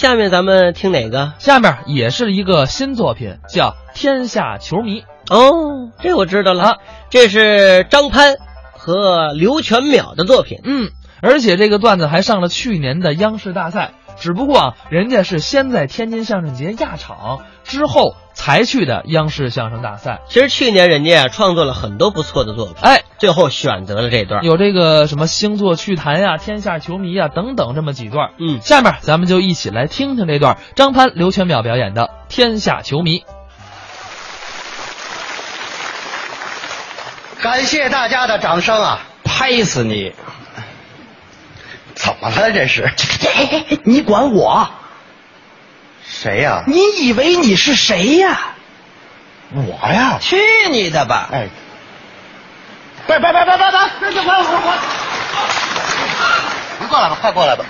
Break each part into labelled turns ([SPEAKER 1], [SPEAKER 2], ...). [SPEAKER 1] 下面咱们听哪个？
[SPEAKER 2] 下面也是一个新作品，叫《天下球迷》。
[SPEAKER 1] 哦，这我知道了，
[SPEAKER 2] 啊
[SPEAKER 1] 这是张潘和刘全淼的作品。
[SPEAKER 2] 嗯，而且这个段子还上了去年的央视大赛，只不过啊，人家是先在天津相声节压场，之后才去的央视相声大赛。
[SPEAKER 1] 其实去年人家啊创作了很多不错的作品，
[SPEAKER 2] 哎，
[SPEAKER 1] 最后选择了这段。
[SPEAKER 2] 有这个什么星座趣谈呀、天下球迷呀等等这么几段。
[SPEAKER 1] 嗯，
[SPEAKER 2] 下面咱们就一起来听听这段张潘、刘全淼表演的《天下球迷》。
[SPEAKER 3] 感谢大家的掌声啊！拍死你！怎么了这是？
[SPEAKER 4] 哎哎哎，你管我？
[SPEAKER 3] 谁呀、
[SPEAKER 4] 你以为你是谁呀？
[SPEAKER 3] 我呀！
[SPEAKER 4] 去你的吧！
[SPEAKER 3] 哎，别别别别别别！别我我！你过来吧，快过来吧！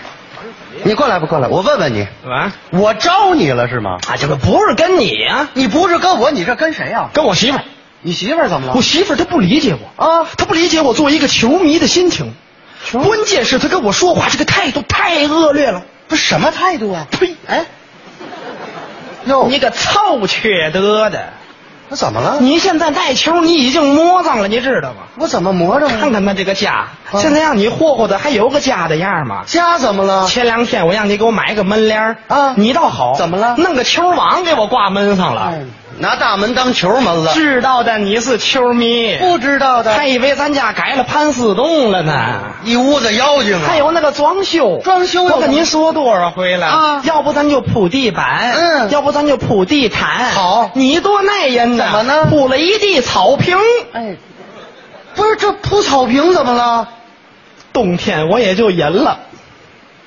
[SPEAKER 3] 你过来不过来？我问问你，
[SPEAKER 4] 啊，
[SPEAKER 3] 我招你了是吗？
[SPEAKER 4] 啊，这个不是跟你呀、
[SPEAKER 3] 你不是跟我，你这跟谁呀、
[SPEAKER 4] 跟我媳妇儿。
[SPEAKER 3] 你媳妇儿怎么了？
[SPEAKER 4] 我媳妇儿她不理解我
[SPEAKER 3] 啊
[SPEAKER 4] 她不理解我作为一个球迷的心情。关键是她跟我说话这个态度太恶劣了。
[SPEAKER 3] 不是什么态度啊？
[SPEAKER 4] 呸！
[SPEAKER 3] 哎，哟，
[SPEAKER 4] 你个臭缺德的！
[SPEAKER 3] 我怎么了？
[SPEAKER 4] 你现在带球，你已经摸上了，你知道吗？
[SPEAKER 3] 我怎么磨着了？
[SPEAKER 4] 看看他这个家，
[SPEAKER 3] 啊
[SPEAKER 4] 现在让你霍霍的还有个家的样吗？
[SPEAKER 3] 家怎么了？
[SPEAKER 4] 前两天我让你给我买个门帘儿
[SPEAKER 3] 啊
[SPEAKER 4] 你倒好，
[SPEAKER 3] 怎么了
[SPEAKER 4] 弄个球网给我挂门上了。
[SPEAKER 3] 哎拿大门当球门了？
[SPEAKER 4] 知道的你是球迷，
[SPEAKER 3] 不知道的。
[SPEAKER 4] 还以为咱家改了潘四洞了呢。
[SPEAKER 3] 一屋子妖精啊！
[SPEAKER 4] 还有那个装修，
[SPEAKER 3] 装修有
[SPEAKER 4] 我跟您说多少回了
[SPEAKER 3] 啊
[SPEAKER 4] 要不咱就铺地板，
[SPEAKER 3] 嗯
[SPEAKER 4] 要不咱就铺地毯。
[SPEAKER 3] 好
[SPEAKER 4] 你多耐人呐！
[SPEAKER 3] 怎么呢
[SPEAKER 4] 铺了一地草坪，
[SPEAKER 3] 哎，不是这铺草坪怎么了？
[SPEAKER 4] 冬天我也就忍了。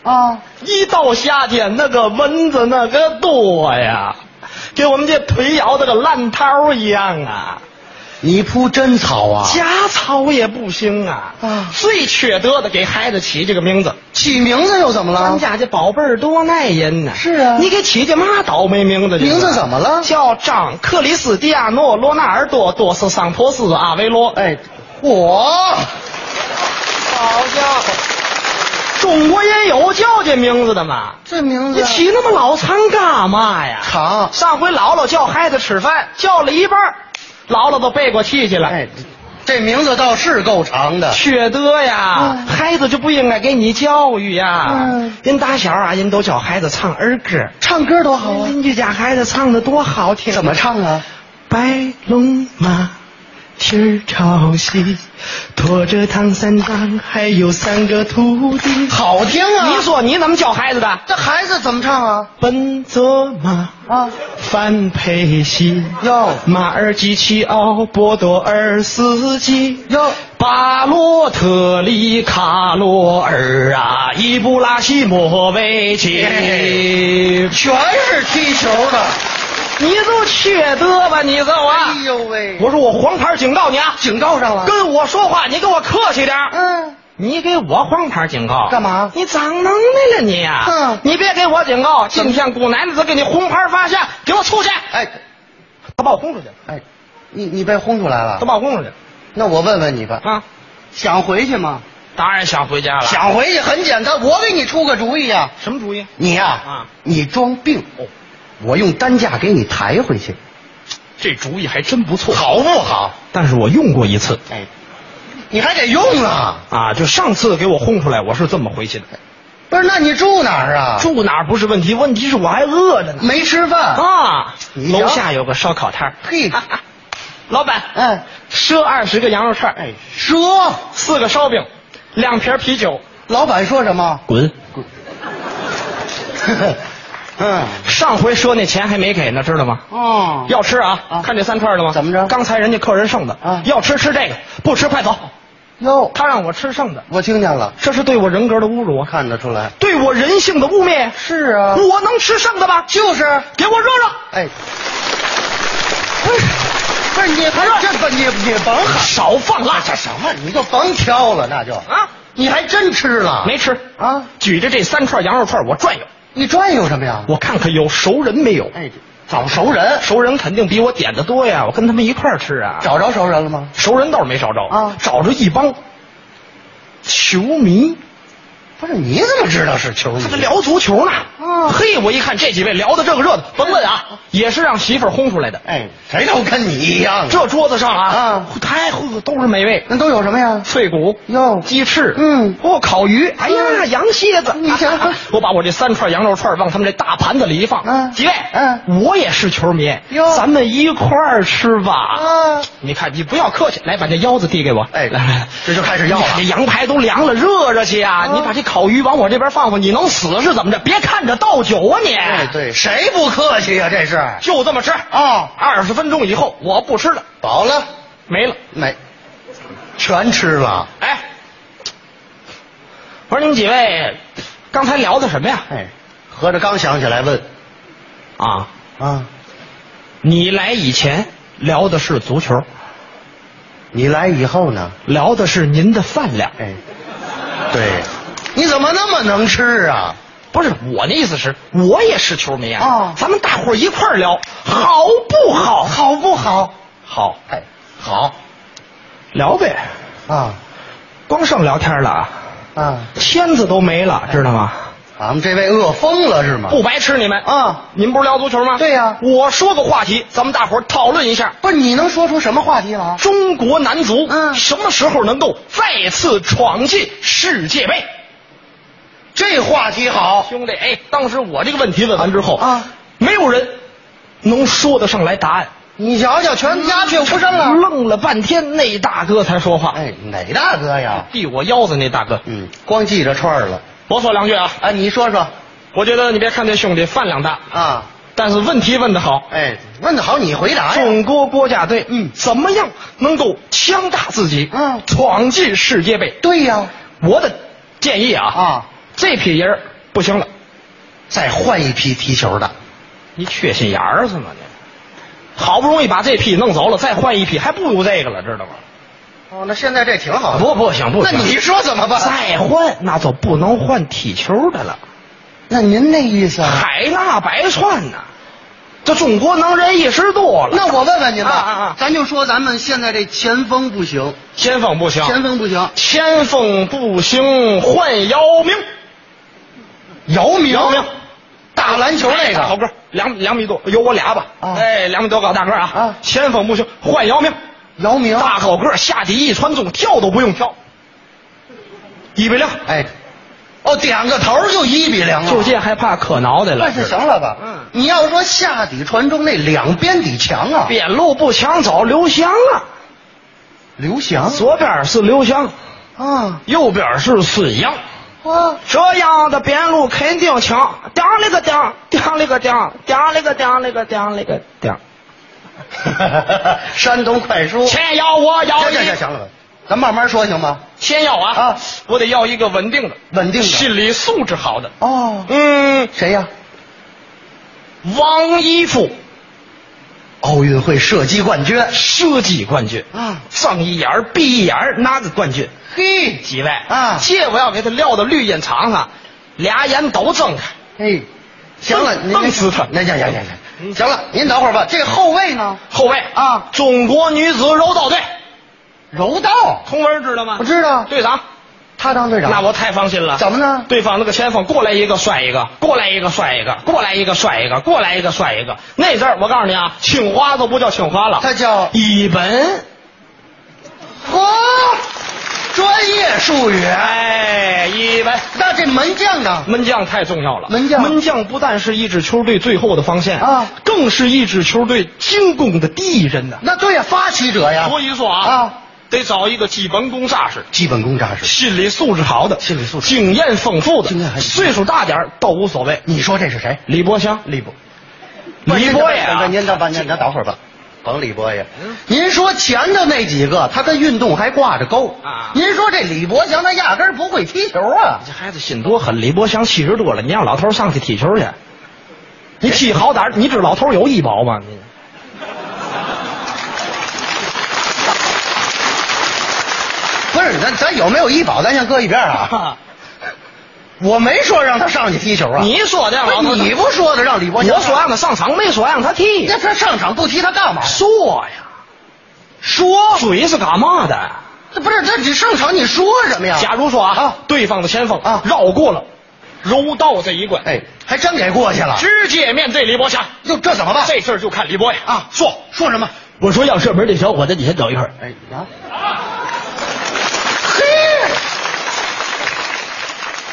[SPEAKER 3] 啊，
[SPEAKER 4] 一到夏天，那个蚊子那个多呀，给我们这腿咬的个烂桃一样啊！
[SPEAKER 3] 你铺真草啊？
[SPEAKER 4] 假草也不行啊！
[SPEAKER 3] 啊
[SPEAKER 4] 最缺德的给孩子起这个名字，
[SPEAKER 3] 起名字又怎么
[SPEAKER 4] 咱
[SPEAKER 3] 了？
[SPEAKER 4] 家这宝贝儿多耐人呐！
[SPEAKER 3] 是啊
[SPEAKER 4] 你给起这嘛倒霉名字去了？
[SPEAKER 3] 名字怎么了
[SPEAKER 4] 叫张克里斯蒂亚诺罗纳尔多多斯桑托斯阿维罗。
[SPEAKER 3] 哎，我，好家伙，
[SPEAKER 4] 中国也有叫这名字的嘛？
[SPEAKER 3] 这名
[SPEAKER 4] 你起那么老长干嘛呀？
[SPEAKER 3] 长
[SPEAKER 4] 上回姥姥叫孩子吃饭，叫了一半儿，姥姥都背过气去了。呃
[SPEAKER 3] 哎，这名字倒是够长的。
[SPEAKER 4] 缺德呀！
[SPEAKER 3] 嗯
[SPEAKER 4] 孩子就不应该给你教育呀！
[SPEAKER 3] 嗯
[SPEAKER 4] 人打小啊，人都教孩子唱儿歌，
[SPEAKER 3] 唱歌多好啊！
[SPEAKER 4] 邻居家孩子唱的多好听。
[SPEAKER 3] 怎么？唱啊？
[SPEAKER 4] 白龙马，蹄儿朝西，驮着唐三藏，还有三个徒弟。
[SPEAKER 3] 好听啊！
[SPEAKER 4] 你说你怎么教孩子的？
[SPEAKER 3] 这孩子怎么唱啊？
[SPEAKER 4] 奔卓玛，
[SPEAKER 3] 啊，
[SPEAKER 4] 范佩西，
[SPEAKER 3] 哟
[SPEAKER 4] 马尔基奇奥波多尔斯基，
[SPEAKER 3] 哟，
[SPEAKER 4] 巴洛特利、卡罗尔啊，伊布拉希莫维奇，
[SPEAKER 3] 嘿全是踢球的。
[SPEAKER 4] 你就缺德吧，你这
[SPEAKER 3] 哎
[SPEAKER 4] 我！
[SPEAKER 3] 呦喂！
[SPEAKER 4] 我说我黄牌警告你啊，
[SPEAKER 3] 警告上了。
[SPEAKER 4] 跟我说话你给我客气点儿
[SPEAKER 3] 嗯，
[SPEAKER 4] 你给我黄牌警告
[SPEAKER 3] 干嘛
[SPEAKER 4] 你长能耐了你呀、
[SPEAKER 3] 哼
[SPEAKER 4] 你别给我警告，今天姑奶奶就给你红牌发下，给我出去！
[SPEAKER 3] 哎
[SPEAKER 4] 他把我轰出去了，
[SPEAKER 3] 哎，你你被轰出来了
[SPEAKER 4] 他？把我轰出去了
[SPEAKER 3] 那我问问你吧，
[SPEAKER 4] 啊！
[SPEAKER 3] 想回去吗？
[SPEAKER 4] 当然想回家了。
[SPEAKER 3] 想回去很简单，我给你出个主意啊。
[SPEAKER 4] 什么主意？
[SPEAKER 3] 你呀、
[SPEAKER 4] 啊
[SPEAKER 3] 你装病，我用担架给你抬回去，
[SPEAKER 4] 这主意还真不错，
[SPEAKER 3] 好不好？
[SPEAKER 4] 但是我用过一次
[SPEAKER 3] 哎，你还得用啊。
[SPEAKER 4] 啊，就上次给我轰出来，我是这么回去的。
[SPEAKER 3] 不是，那你住哦哪儿啊？
[SPEAKER 4] 住哪儿不是问题，问题是我还饿着呢。
[SPEAKER 3] 没吃饭。
[SPEAKER 4] 啊，
[SPEAKER 3] 你瞧
[SPEAKER 4] 楼下有个烧烤摊儿
[SPEAKER 3] 嘿，
[SPEAKER 4] 老板，
[SPEAKER 3] 嗯，
[SPEAKER 4] 赊二十个羊肉串，哎，
[SPEAKER 3] 说，
[SPEAKER 4] 四个烧饼，两瓶啤酒，
[SPEAKER 3] 老板说什 么？
[SPEAKER 4] 滚！
[SPEAKER 3] 嗯，
[SPEAKER 4] 上回说那钱还没给呢，知道吗？
[SPEAKER 3] 哦，
[SPEAKER 4] 要吃啊，
[SPEAKER 3] 啊
[SPEAKER 4] 看这三串了吗？
[SPEAKER 3] 怎么着
[SPEAKER 4] 刚才人家客人剩的
[SPEAKER 3] 啊
[SPEAKER 4] 要吃吃这个，不吃快走。
[SPEAKER 3] 哟，
[SPEAKER 4] 他让我吃剩的，
[SPEAKER 3] 我听见了，
[SPEAKER 4] 这是对我人格的侮辱啊！
[SPEAKER 3] 看得出来。
[SPEAKER 4] 对我人性的污蔑。
[SPEAKER 3] 是啊
[SPEAKER 4] 我能吃剩的吗？
[SPEAKER 3] 就是，
[SPEAKER 4] 给我热热。
[SPEAKER 3] 哎，不是，不是你还这不你你甭喊。
[SPEAKER 4] 少放辣
[SPEAKER 3] 这什么？你就甭挑了，那就
[SPEAKER 4] 啊！
[SPEAKER 3] 你还真吃了？
[SPEAKER 4] 没吃
[SPEAKER 3] 啊？
[SPEAKER 4] 举着这三串羊肉串，我转悠，
[SPEAKER 3] 你转悠什么呀？
[SPEAKER 4] 我看看有熟人没有。
[SPEAKER 3] 哎，找熟人，
[SPEAKER 4] 熟人肯定比我点的多呀，我跟他们一块儿吃啊。
[SPEAKER 3] 找着熟啊人了吗？
[SPEAKER 4] 熟人倒是没找着
[SPEAKER 3] 啊
[SPEAKER 4] 找着一帮球迷。
[SPEAKER 3] 不是你怎么知道是球
[SPEAKER 4] 他们
[SPEAKER 3] 迷？
[SPEAKER 4] 聊足球呢。
[SPEAKER 3] 嗯
[SPEAKER 4] 嘿，我一看这几位聊的这个热的，甭问啊，也是让媳妇儿轰出来的。
[SPEAKER 3] 哎，谁都跟你一样啊。
[SPEAKER 4] 这桌子上啊
[SPEAKER 3] 啊，
[SPEAKER 4] 太都是美味，
[SPEAKER 3] 那都有什么呀？
[SPEAKER 4] 脆骨
[SPEAKER 3] 哟
[SPEAKER 4] 鸡翅，
[SPEAKER 3] 嗯
[SPEAKER 4] 哦，烤鱼，哎呀，
[SPEAKER 3] 嗯
[SPEAKER 4] 羊蝎子，
[SPEAKER 3] 你瞧瞧
[SPEAKER 4] 我把我这三串羊肉串往他们这大盘子里一放，
[SPEAKER 3] 嗯
[SPEAKER 4] 几位，
[SPEAKER 3] 嗯
[SPEAKER 4] 我也是球迷，
[SPEAKER 3] 哟
[SPEAKER 4] 咱们一块儿吃吧，
[SPEAKER 3] 嗯
[SPEAKER 4] 你看你不要客气，来把这腰子递给我，
[SPEAKER 3] 哎
[SPEAKER 4] 来来来，
[SPEAKER 3] 这就开始要了
[SPEAKER 4] 你看这羊排都凉了，热热去啊，
[SPEAKER 3] 嗯
[SPEAKER 4] 你把这烤鱼往我这边放放，你能死是怎么着？别看着倒酒啊你，
[SPEAKER 3] 哎，对，谁不客气呀、这是
[SPEAKER 4] 就这么吃
[SPEAKER 3] 哦
[SPEAKER 4] 二十分钟以后我不吃了，
[SPEAKER 3] 饱了
[SPEAKER 4] 没了，
[SPEAKER 3] 没？全吃了。
[SPEAKER 4] 哎，我说你们几位刚才聊的什么呀？
[SPEAKER 3] 哎，合着刚想起来问
[SPEAKER 4] 啊，
[SPEAKER 3] 啊，
[SPEAKER 4] 你来以前聊的是足球，
[SPEAKER 3] 你来以后呢？
[SPEAKER 4] 聊的是您的饭量。
[SPEAKER 3] 哎，对，你怎么那么能吃啊？
[SPEAKER 4] 不是我的意思是，我也是球迷啊，
[SPEAKER 3] 哦
[SPEAKER 4] 咱们大伙儿一块儿聊，好不好？
[SPEAKER 3] 好不好？
[SPEAKER 4] 好，
[SPEAKER 3] 哎，好
[SPEAKER 4] 聊呗，
[SPEAKER 3] 啊
[SPEAKER 4] 光剩聊天了啊，
[SPEAKER 3] 啊！
[SPEAKER 4] 签子都没了，知道吗？
[SPEAKER 3] 俺们这位饿疯了是吗？
[SPEAKER 4] 不白吃你们
[SPEAKER 3] 啊！
[SPEAKER 4] 您不是聊足球吗？
[SPEAKER 3] 对呀
[SPEAKER 4] 我说个话题，咱们大伙儿讨论一下。
[SPEAKER 3] 不是你能说出什么话题来？
[SPEAKER 4] 中国男足，
[SPEAKER 3] 啊嗯
[SPEAKER 4] 什么时候能够再次闯进世界杯？
[SPEAKER 3] 这话题好，
[SPEAKER 4] 兄弟，哎，当时我这个问题问完之后
[SPEAKER 3] 啊，
[SPEAKER 4] 没有人能说得上来答案，
[SPEAKER 3] 你瞧瞧，全鸦雀无声啊了。
[SPEAKER 4] 愣了半天，那大哥才说话，
[SPEAKER 3] 哎，哪大哥呀？
[SPEAKER 4] 递我腰子那大哥，
[SPEAKER 3] 嗯，光记着串儿了。
[SPEAKER 4] 我说两句啊，
[SPEAKER 3] 啊，你说说
[SPEAKER 4] 我觉得你别看这兄弟饭量大，
[SPEAKER 3] 啊？
[SPEAKER 4] 但是问题问得好。
[SPEAKER 3] 哎，问的好，你回答哎呀。
[SPEAKER 4] 中国国家队，
[SPEAKER 3] 嗯
[SPEAKER 4] 怎么样能够强大自己，
[SPEAKER 3] 嗯
[SPEAKER 4] 闯进世界杯？
[SPEAKER 3] 对呀，
[SPEAKER 4] 我的建议啊，
[SPEAKER 3] 啊，
[SPEAKER 4] 这批人儿不行了，
[SPEAKER 3] 再换一批踢球的。
[SPEAKER 4] 你缺心眼儿是吗你？好不容易把这批弄走了，再换一批，还不如这个了，知道吗？
[SPEAKER 3] 哦，那现在这挺好的。
[SPEAKER 4] 不不行不行
[SPEAKER 3] 那你说怎么办？
[SPEAKER 4] 再换那就不能换踢球的了，
[SPEAKER 3] 那您那意思啊？
[SPEAKER 4] 海纳百川呐、这中国能人一时多了。
[SPEAKER 3] 那我问问您吧，
[SPEAKER 4] 啊啊啊
[SPEAKER 3] 咱就说咱们现在这前锋不行，
[SPEAKER 4] 先锋不行，
[SPEAKER 3] 前锋不行，
[SPEAKER 4] 先锋不行，换姚明。
[SPEAKER 3] 姚明，
[SPEAKER 4] 姚明哎
[SPEAKER 3] 打篮球那个
[SPEAKER 4] 好个儿，两两米多，有我俩吧？
[SPEAKER 3] 啊
[SPEAKER 4] 哎，两米多高大个儿啊！
[SPEAKER 3] 啊哎
[SPEAKER 4] 前锋不行，换姚明，
[SPEAKER 3] 姚明，
[SPEAKER 4] 大高个儿，下底一传中，跳都不用跳，一比零，
[SPEAKER 3] 哎，哦，点个头就一比零了，
[SPEAKER 4] 就这还怕磕脑袋了？
[SPEAKER 3] 那是行了吧？
[SPEAKER 4] 嗯
[SPEAKER 3] 你要说下底传中那两边底墙啊，
[SPEAKER 4] 边路不抢找刘翔啊，
[SPEAKER 3] 刘翔
[SPEAKER 4] 左边是刘翔，
[SPEAKER 3] 啊
[SPEAKER 4] 右边是孙杨，
[SPEAKER 3] 啊，
[SPEAKER 4] 这样的边路肯定强，顶了个顶，顶了个顶，顶了个顶了个顶了个顶。
[SPEAKER 3] 山东快书，
[SPEAKER 4] 先要我要
[SPEAKER 3] 行
[SPEAKER 4] 你
[SPEAKER 3] 行，行行了吧，咱慢慢说行吗？
[SPEAKER 4] 先要啊
[SPEAKER 3] 啊
[SPEAKER 4] 我得要一个稳定的、
[SPEAKER 3] 稳定的
[SPEAKER 4] 心理素质好的。
[SPEAKER 3] 哦，
[SPEAKER 4] 嗯，
[SPEAKER 3] 谁呀？
[SPEAKER 4] 王一夫
[SPEAKER 3] 奥运会射击冠军
[SPEAKER 4] 射击冠军
[SPEAKER 3] 啊
[SPEAKER 4] 睁一眼儿闭一眼儿拿个冠军。
[SPEAKER 3] 嘿，
[SPEAKER 4] 几位
[SPEAKER 3] 啊
[SPEAKER 4] 这我要给他撂到绿茵场上，俩眼都睁开。
[SPEAKER 3] 哎，行了，
[SPEAKER 4] 蹬
[SPEAKER 3] 您
[SPEAKER 4] 蹬死他
[SPEAKER 3] 那行行行行，行了，您等会儿吧。这后卫呢？
[SPEAKER 4] 后卫
[SPEAKER 3] 啊
[SPEAKER 4] 中国女子柔道队，
[SPEAKER 3] 柔道，
[SPEAKER 4] 童文知道吗？
[SPEAKER 3] 我知道，
[SPEAKER 4] 队长，
[SPEAKER 3] 啊他当队长。
[SPEAKER 4] 那我太放心了。
[SPEAKER 3] 怎么呢？
[SPEAKER 4] 对方那个前锋过来一个摔一个，过来一个摔一个，过来一个摔一个，过来一个摔一个。那阵儿我告诉你啊，清华都不叫清华了，
[SPEAKER 3] 他叫
[SPEAKER 4] 一本。
[SPEAKER 3] 嚯，专业术语。
[SPEAKER 4] 哎，一本。
[SPEAKER 3] 那这门将呢？
[SPEAKER 4] 门将太重要了，
[SPEAKER 3] 门将
[SPEAKER 4] 门将不但是一支球队最后的防线
[SPEAKER 3] 啊
[SPEAKER 4] 更是一支球队进攻的第一人呐。
[SPEAKER 3] 那对呀，发起者呀。
[SPEAKER 4] 所以说啊，
[SPEAKER 3] 啊，
[SPEAKER 4] 得找一个基本功扎实、
[SPEAKER 3] 基本功扎实。
[SPEAKER 4] 心理素质好的、
[SPEAKER 3] 心理素质
[SPEAKER 4] 经验丰富的、
[SPEAKER 3] 经验还行
[SPEAKER 4] 岁数大点儿都无所谓。
[SPEAKER 3] 你说这是谁？
[SPEAKER 4] 李伯祥，
[SPEAKER 3] 李博。
[SPEAKER 4] 李博也啊，
[SPEAKER 3] 您等吧，您等等会儿吧，甭李博也。
[SPEAKER 4] 嗯
[SPEAKER 3] 您说前头那几个，他跟运动还挂着钩
[SPEAKER 4] 啊
[SPEAKER 3] 您说这李博祥，他压根儿不会踢球啊。
[SPEAKER 4] 这孩子心多狠。李伯祥七十多了，你让老头儿上去踢球去，你踢好歹儿，你知老头儿有医保吗？ 你
[SPEAKER 3] 不是，咱咱有没有医保，咱先搁一边儿 啊。我没说让他上去踢球啊。
[SPEAKER 4] 你说的，老头
[SPEAKER 3] 不
[SPEAKER 4] 儿
[SPEAKER 3] 是你不说的，让李博
[SPEAKER 4] 我
[SPEAKER 3] 祥。
[SPEAKER 4] 说让他上场，没说让他踢。
[SPEAKER 3] 那他上场不踢，他干嘛呀？
[SPEAKER 4] 说呀，说嘴是干嘛的？
[SPEAKER 3] 这不是他只上场，你说什么哎呀？
[SPEAKER 4] 假如说啊，
[SPEAKER 3] 啊
[SPEAKER 4] 对方的前锋
[SPEAKER 3] 啊
[SPEAKER 4] 绕过了，柔道这一关，
[SPEAKER 3] 哎，还真给过去了。
[SPEAKER 4] 直接面对李博侠，
[SPEAKER 3] 哟，这怎么办？
[SPEAKER 4] 啊这事儿就看李博呀
[SPEAKER 3] 啊，说说什么？
[SPEAKER 4] 我说要射门，这小伙子你先等一会儿。
[SPEAKER 3] 哎啊，嘿，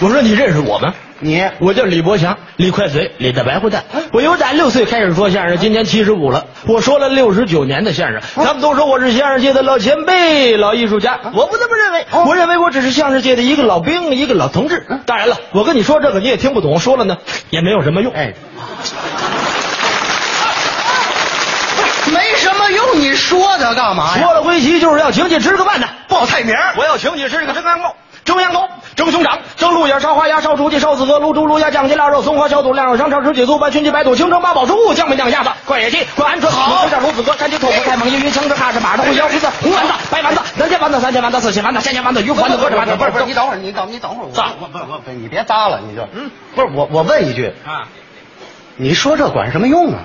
[SPEAKER 4] 我说你认识我吗？
[SPEAKER 3] 你
[SPEAKER 4] 我叫李伯祥，李快嘴，李大白胡蛋。我由打六岁开始说相声，今年七十五了。我说了六十九年的相声，他们都说我是相声界的老前辈、老艺术家，我不这么认为。我认为我只是相声界的一个老兵、一个老同志。当然了，我跟你说这个你也听不懂，说了呢也没有什么用。
[SPEAKER 3] 哎，没什么用，你说他干嘛呀？
[SPEAKER 4] 说了归期就是要请你吃个饭的，
[SPEAKER 3] 报菜名儿
[SPEAKER 4] 我要请你吃个蒸羊羔、蒸羊羔、蒸熊掌、蒸鹿眼、烧花鸭、烧雏鸡、烧子鹅、卤猪、卤鸭、酱鸡、腊肉、松花小肚、晾肉香肠、吃脊酥、白群鸡、白肚、清蒸八宝猪、酱焖酱鸭子、灌野鸡、灌鹌鹑、好卤卤子鹅、山鸡、兔脯、菜蒙鱼、鱼枪子、哈士马的、红腰胡子、红丸子、白丸子、南煎丸子、三鲜丸子、四鲜丸子、鲜煎丸子、鱼丸子、鹅掌丸子。
[SPEAKER 3] 不是不是，你等会儿，你等你等会儿，我
[SPEAKER 4] 咋
[SPEAKER 3] 我不我不，你别搭了，你就嗯，不是我我问一句，
[SPEAKER 4] 啊，
[SPEAKER 3] 你说这管什么用啊？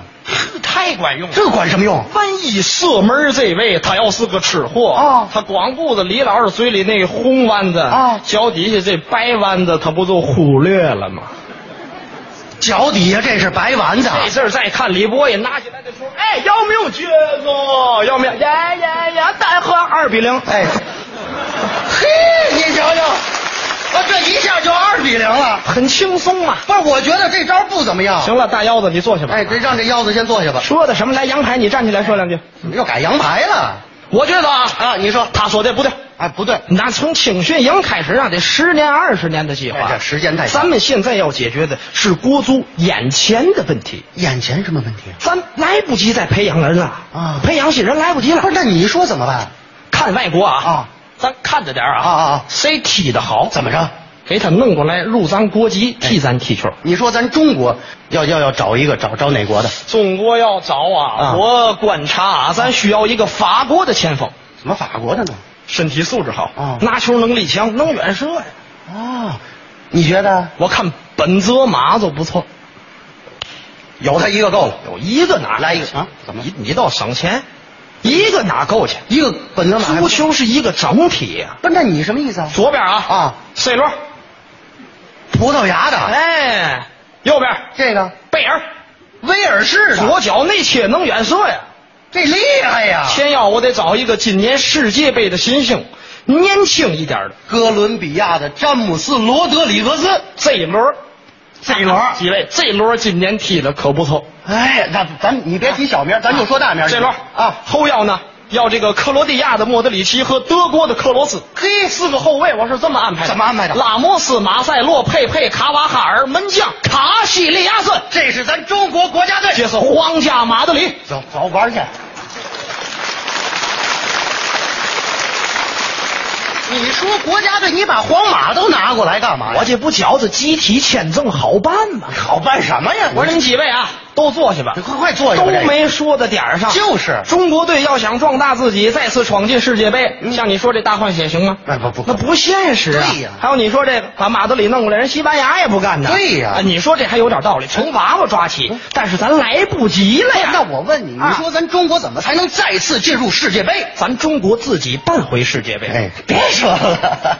[SPEAKER 4] 太管用了。
[SPEAKER 3] 这管什么用？
[SPEAKER 4] 万一射门这位他要是个吃货
[SPEAKER 3] 啊
[SPEAKER 4] 他光顾着李老师嘴里那红丸子
[SPEAKER 3] 啊
[SPEAKER 4] 脚底下这白丸子，他不就忽略了吗？
[SPEAKER 3] 脚底下这是白丸子啊，
[SPEAKER 4] 这事儿再看李波也拿起来就说：“哎，要命，撅子，要命！呀呀呀，单喝二比零。”
[SPEAKER 3] 哎，嘿，你瞧瞧，我这一下就二比零了。
[SPEAKER 4] 很轻松嘛。
[SPEAKER 3] 不是，我觉得这招不怎么样。
[SPEAKER 4] 行了，大腰子，你坐下吧。
[SPEAKER 3] 哎，这让这腰子先坐下吧。
[SPEAKER 4] 说的什么来羊排？你站起来说两句。
[SPEAKER 3] 怎么又改羊排了？
[SPEAKER 4] 我觉得啊
[SPEAKER 3] 啊你说
[SPEAKER 4] 他说的不对。
[SPEAKER 3] 哎，不对，
[SPEAKER 4] 那从青训营开始啊，得十年二十年的计
[SPEAKER 3] 哎
[SPEAKER 4] 划，
[SPEAKER 3] 这时间太长
[SPEAKER 4] 咱们现在要解决的是国足眼前的问题，
[SPEAKER 3] 眼前什么问题啊？
[SPEAKER 4] 咱来不及再培养人了
[SPEAKER 3] 啊
[SPEAKER 4] 培养新人来不及了
[SPEAKER 3] 不。是，那你说怎么办？
[SPEAKER 4] 看外国啊
[SPEAKER 3] 啊，
[SPEAKER 4] 咱看着点儿啊
[SPEAKER 3] 啊啊啊
[SPEAKER 4] 谁踢得好，
[SPEAKER 3] 怎么着？哎
[SPEAKER 4] 给他弄过来入咱国籍，替咱踢球。
[SPEAKER 3] 你说咱中国要要要找一个找找哪国的？
[SPEAKER 4] 中国要找啊，
[SPEAKER 3] 啊
[SPEAKER 4] 我观察啊，咱需要一个法国的前锋，
[SPEAKER 3] 怎么法国的呢？
[SPEAKER 4] 身体素质好，
[SPEAKER 3] 啊
[SPEAKER 4] 拿球能力强，能远射呀。
[SPEAKER 3] 哦，你觉得
[SPEAKER 4] 我看本泽马就不错，
[SPEAKER 3] 有他一个够了？
[SPEAKER 4] 有一个哪
[SPEAKER 3] 来一个啊怎么
[SPEAKER 4] 你你倒省钱，一个哪够去？
[SPEAKER 3] 一个本泽马还
[SPEAKER 4] 足
[SPEAKER 3] 不
[SPEAKER 4] 球是一个整体呀、
[SPEAKER 3] 不是，那你什么意思啊？
[SPEAKER 4] 左边啊
[SPEAKER 3] 啊
[SPEAKER 4] ，C 罗，
[SPEAKER 3] 葡萄牙的，
[SPEAKER 4] 哎，右边
[SPEAKER 3] 这个
[SPEAKER 4] 贝尔，
[SPEAKER 3] 威尔士的，
[SPEAKER 4] 左脚内切能远射呀。
[SPEAKER 3] 这厉害呀！
[SPEAKER 4] 前腰我得找一个今年世界杯的新星，年轻一点的。
[SPEAKER 3] 哥伦比亚的詹姆斯·罗德里格斯，
[SPEAKER 4] 这一轮，
[SPEAKER 3] 这一轮
[SPEAKER 4] 几位，这一轮今年踢的可不错。
[SPEAKER 3] 哎，那咱你别提小名，咱就说大名。
[SPEAKER 4] 这轮
[SPEAKER 3] 啊，
[SPEAKER 4] 后腰呢要这个克罗地亚的莫德里奇和德国的克罗斯。
[SPEAKER 3] 嘿
[SPEAKER 4] 四个后卫我是这么安排的，
[SPEAKER 3] 怎么安排的
[SPEAKER 4] 拉莫斯、马塞洛、佩佩、卡瓦哈尔，门将卡西利亚森，
[SPEAKER 3] 这是咱中国国家队。
[SPEAKER 4] 这是皇家马德里。
[SPEAKER 3] 走走玩去。你说国家队，你把皇马都拿过来干嘛呀？
[SPEAKER 4] 我这不觉着集体签证哎好办吗？
[SPEAKER 3] 好办什么呀？
[SPEAKER 4] 我说你们几位啊，都坐下吧
[SPEAKER 3] 你。快快坐下吧。
[SPEAKER 4] 都
[SPEAKER 3] 这个
[SPEAKER 4] 没说到点儿上，
[SPEAKER 3] 就是
[SPEAKER 4] 中国队要想壮大自己，再次闯进世界杯，
[SPEAKER 3] 嗯
[SPEAKER 4] 像你说这大换血行吗？
[SPEAKER 3] 哎不不
[SPEAKER 4] 那不现实啊！
[SPEAKER 3] 对呀
[SPEAKER 4] 还有你说这个把马德里弄过来，人西班牙也不干呢。
[SPEAKER 3] 对呀嗯
[SPEAKER 4] 啊你说这还有点道理，从娃娃抓起，但是咱来不及了呀。
[SPEAKER 3] 那我问你，你
[SPEAKER 4] 啊
[SPEAKER 3] 说咱中国怎么才能再次进入世界杯？
[SPEAKER 4] 咱中国自己办回世界杯，
[SPEAKER 3] 哎，别说了。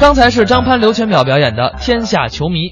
[SPEAKER 2] 刚才是张潘刘全淼表演的《天下球迷》。